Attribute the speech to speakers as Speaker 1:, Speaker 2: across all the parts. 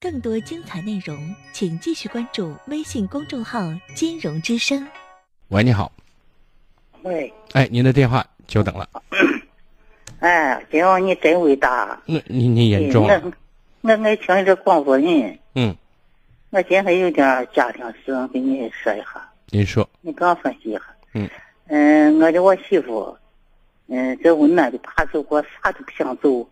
Speaker 1: 更多精彩内容，请继续关注微信公众号“金融之声
Speaker 2: 喂，你好，
Speaker 3: 喂，
Speaker 2: 哎，您的电话久等了，
Speaker 3: 哎，姐夫你真伟大！哎
Speaker 2: 那您您严重了，
Speaker 3: 我我爱听你这广播呢，
Speaker 2: 啊嗯，
Speaker 3: 我今天有点家庭事跟你说一下，
Speaker 2: 您说，
Speaker 3: 你给我分析一下。
Speaker 2: 嗯
Speaker 3: 嗯，我的我媳妇，嗯，在我那里爬走过，啥都不想走，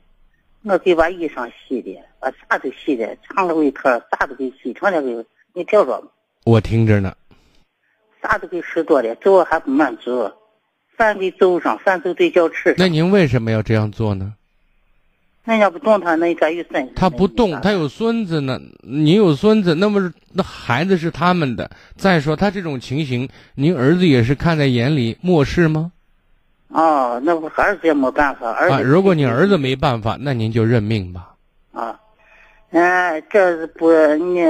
Speaker 3: 我给把衣裳洗的，把啥都洗的，长了围头，啥都给洗成了围，你听着没？
Speaker 2: 我听着呢，
Speaker 3: 啥都给拾掇的，走还不满足，饭给走上，饭都对脚吃上。
Speaker 2: 那您为什么要这样做呢？
Speaker 3: 那要不动他，那咋有孙子？
Speaker 2: 他不动，他有孙子呢，您有孙子，那么是那孩子是他们的。再说他这种情形，您儿子也是看在眼里，漠视吗？
Speaker 3: 哦，那我儿子也没办法，儿子、
Speaker 2: 啊，如果你儿子没办法，那您就认命吧。
Speaker 3: 啊，嗯、这是不你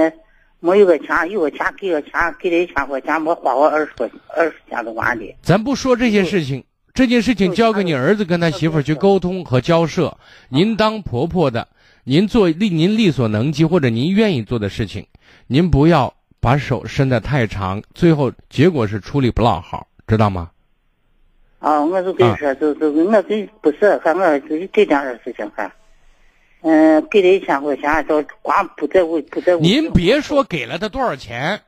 Speaker 3: 没有个钱，有个钱给个钱，给了一千块钱，没花我二十块二十天都完的。
Speaker 2: 咱不说这些事情，这件事情交给你儿子跟他媳妇儿去沟通和交涉。您当婆婆的，您做力您力所能及或者您愿意做的事情，您不要把手伸得太长，最后结果是出力不落好，知道吗？
Speaker 3: 啊，我就跟你说，就就我跟不是，看我就是这点事情还，嗯、给了一千块钱，叫光不在我不在我。
Speaker 2: 您别说给了他多少钱，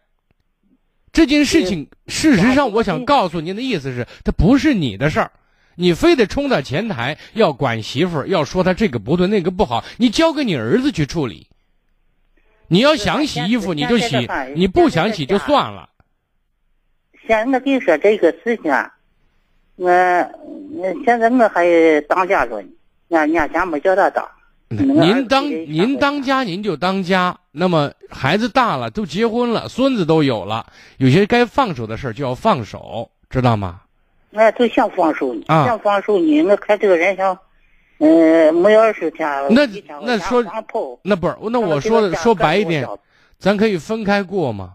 Speaker 2: 这件事情，事实上我想告诉您的意思是，他不是你的事儿，你非得冲到前台要管媳妇儿，要说他这个不对那个不好，你交给你儿子去处理。你要想洗衣服你就
Speaker 3: 现在
Speaker 2: 洗
Speaker 3: 的话，
Speaker 2: 你不想洗就算了。
Speaker 3: 现在我跟你说这个事情啊，我、我现在我还当家着呢，俺俺家没叫他当。我儿
Speaker 2: 您
Speaker 3: 子
Speaker 2: 当
Speaker 3: 给一千
Speaker 2: 您
Speaker 3: 块
Speaker 2: 当家您就当家，那么孩子大了都结婚了，孙子都有了，有些该放手的事儿就要放手，知道吗？
Speaker 3: 我就想放手呢，
Speaker 2: 啊
Speaker 3: 想放手呢。我看这个人像，嗯、没有二十天，
Speaker 2: 那
Speaker 3: 一天
Speaker 2: 那说
Speaker 3: 往上跑，
Speaker 2: 那不是，那
Speaker 3: 然后
Speaker 2: 我
Speaker 3: 这
Speaker 2: 说
Speaker 3: 个
Speaker 2: 的
Speaker 3: 家
Speaker 2: 说
Speaker 3: 干
Speaker 2: 白一
Speaker 3: 多
Speaker 2: 点
Speaker 3: 少，
Speaker 2: 咱可以分开过吗？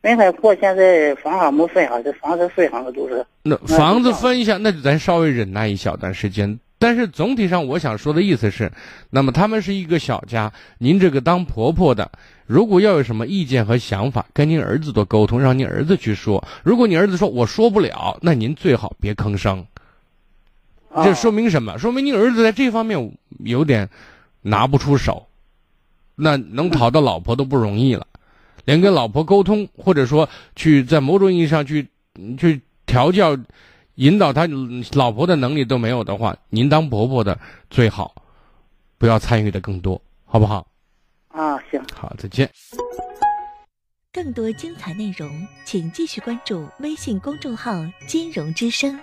Speaker 3: 人家过现在房上没分上，这房子分上了都是
Speaker 2: 那
Speaker 3: 那
Speaker 2: 房子
Speaker 3: 就这样
Speaker 2: 分一下，那就咱稍微忍耐一小段时间。但是总体上，我想说的意思是，那么他们是一个小家，您这个当婆婆的，如果要有什么意见和想法，跟您儿子多沟通，让您儿子去说。如果你儿子说我说不了，那您最好别吭声。
Speaker 3: 啊
Speaker 2: 这说明什么？说明您儿子在这方面有点拿不出手，那能讨到老婆都不容易了，连跟老婆沟通，或者说去在某种意义上去嗯去调教、引导他嗯老婆的能力都没有的话，您当婆婆的最好不要参与的更多，好不好？
Speaker 3: 啊，行。
Speaker 2: 好，再见。”。
Speaker 1: 更多精彩内容，请继续关注微信公众号“金融之声”。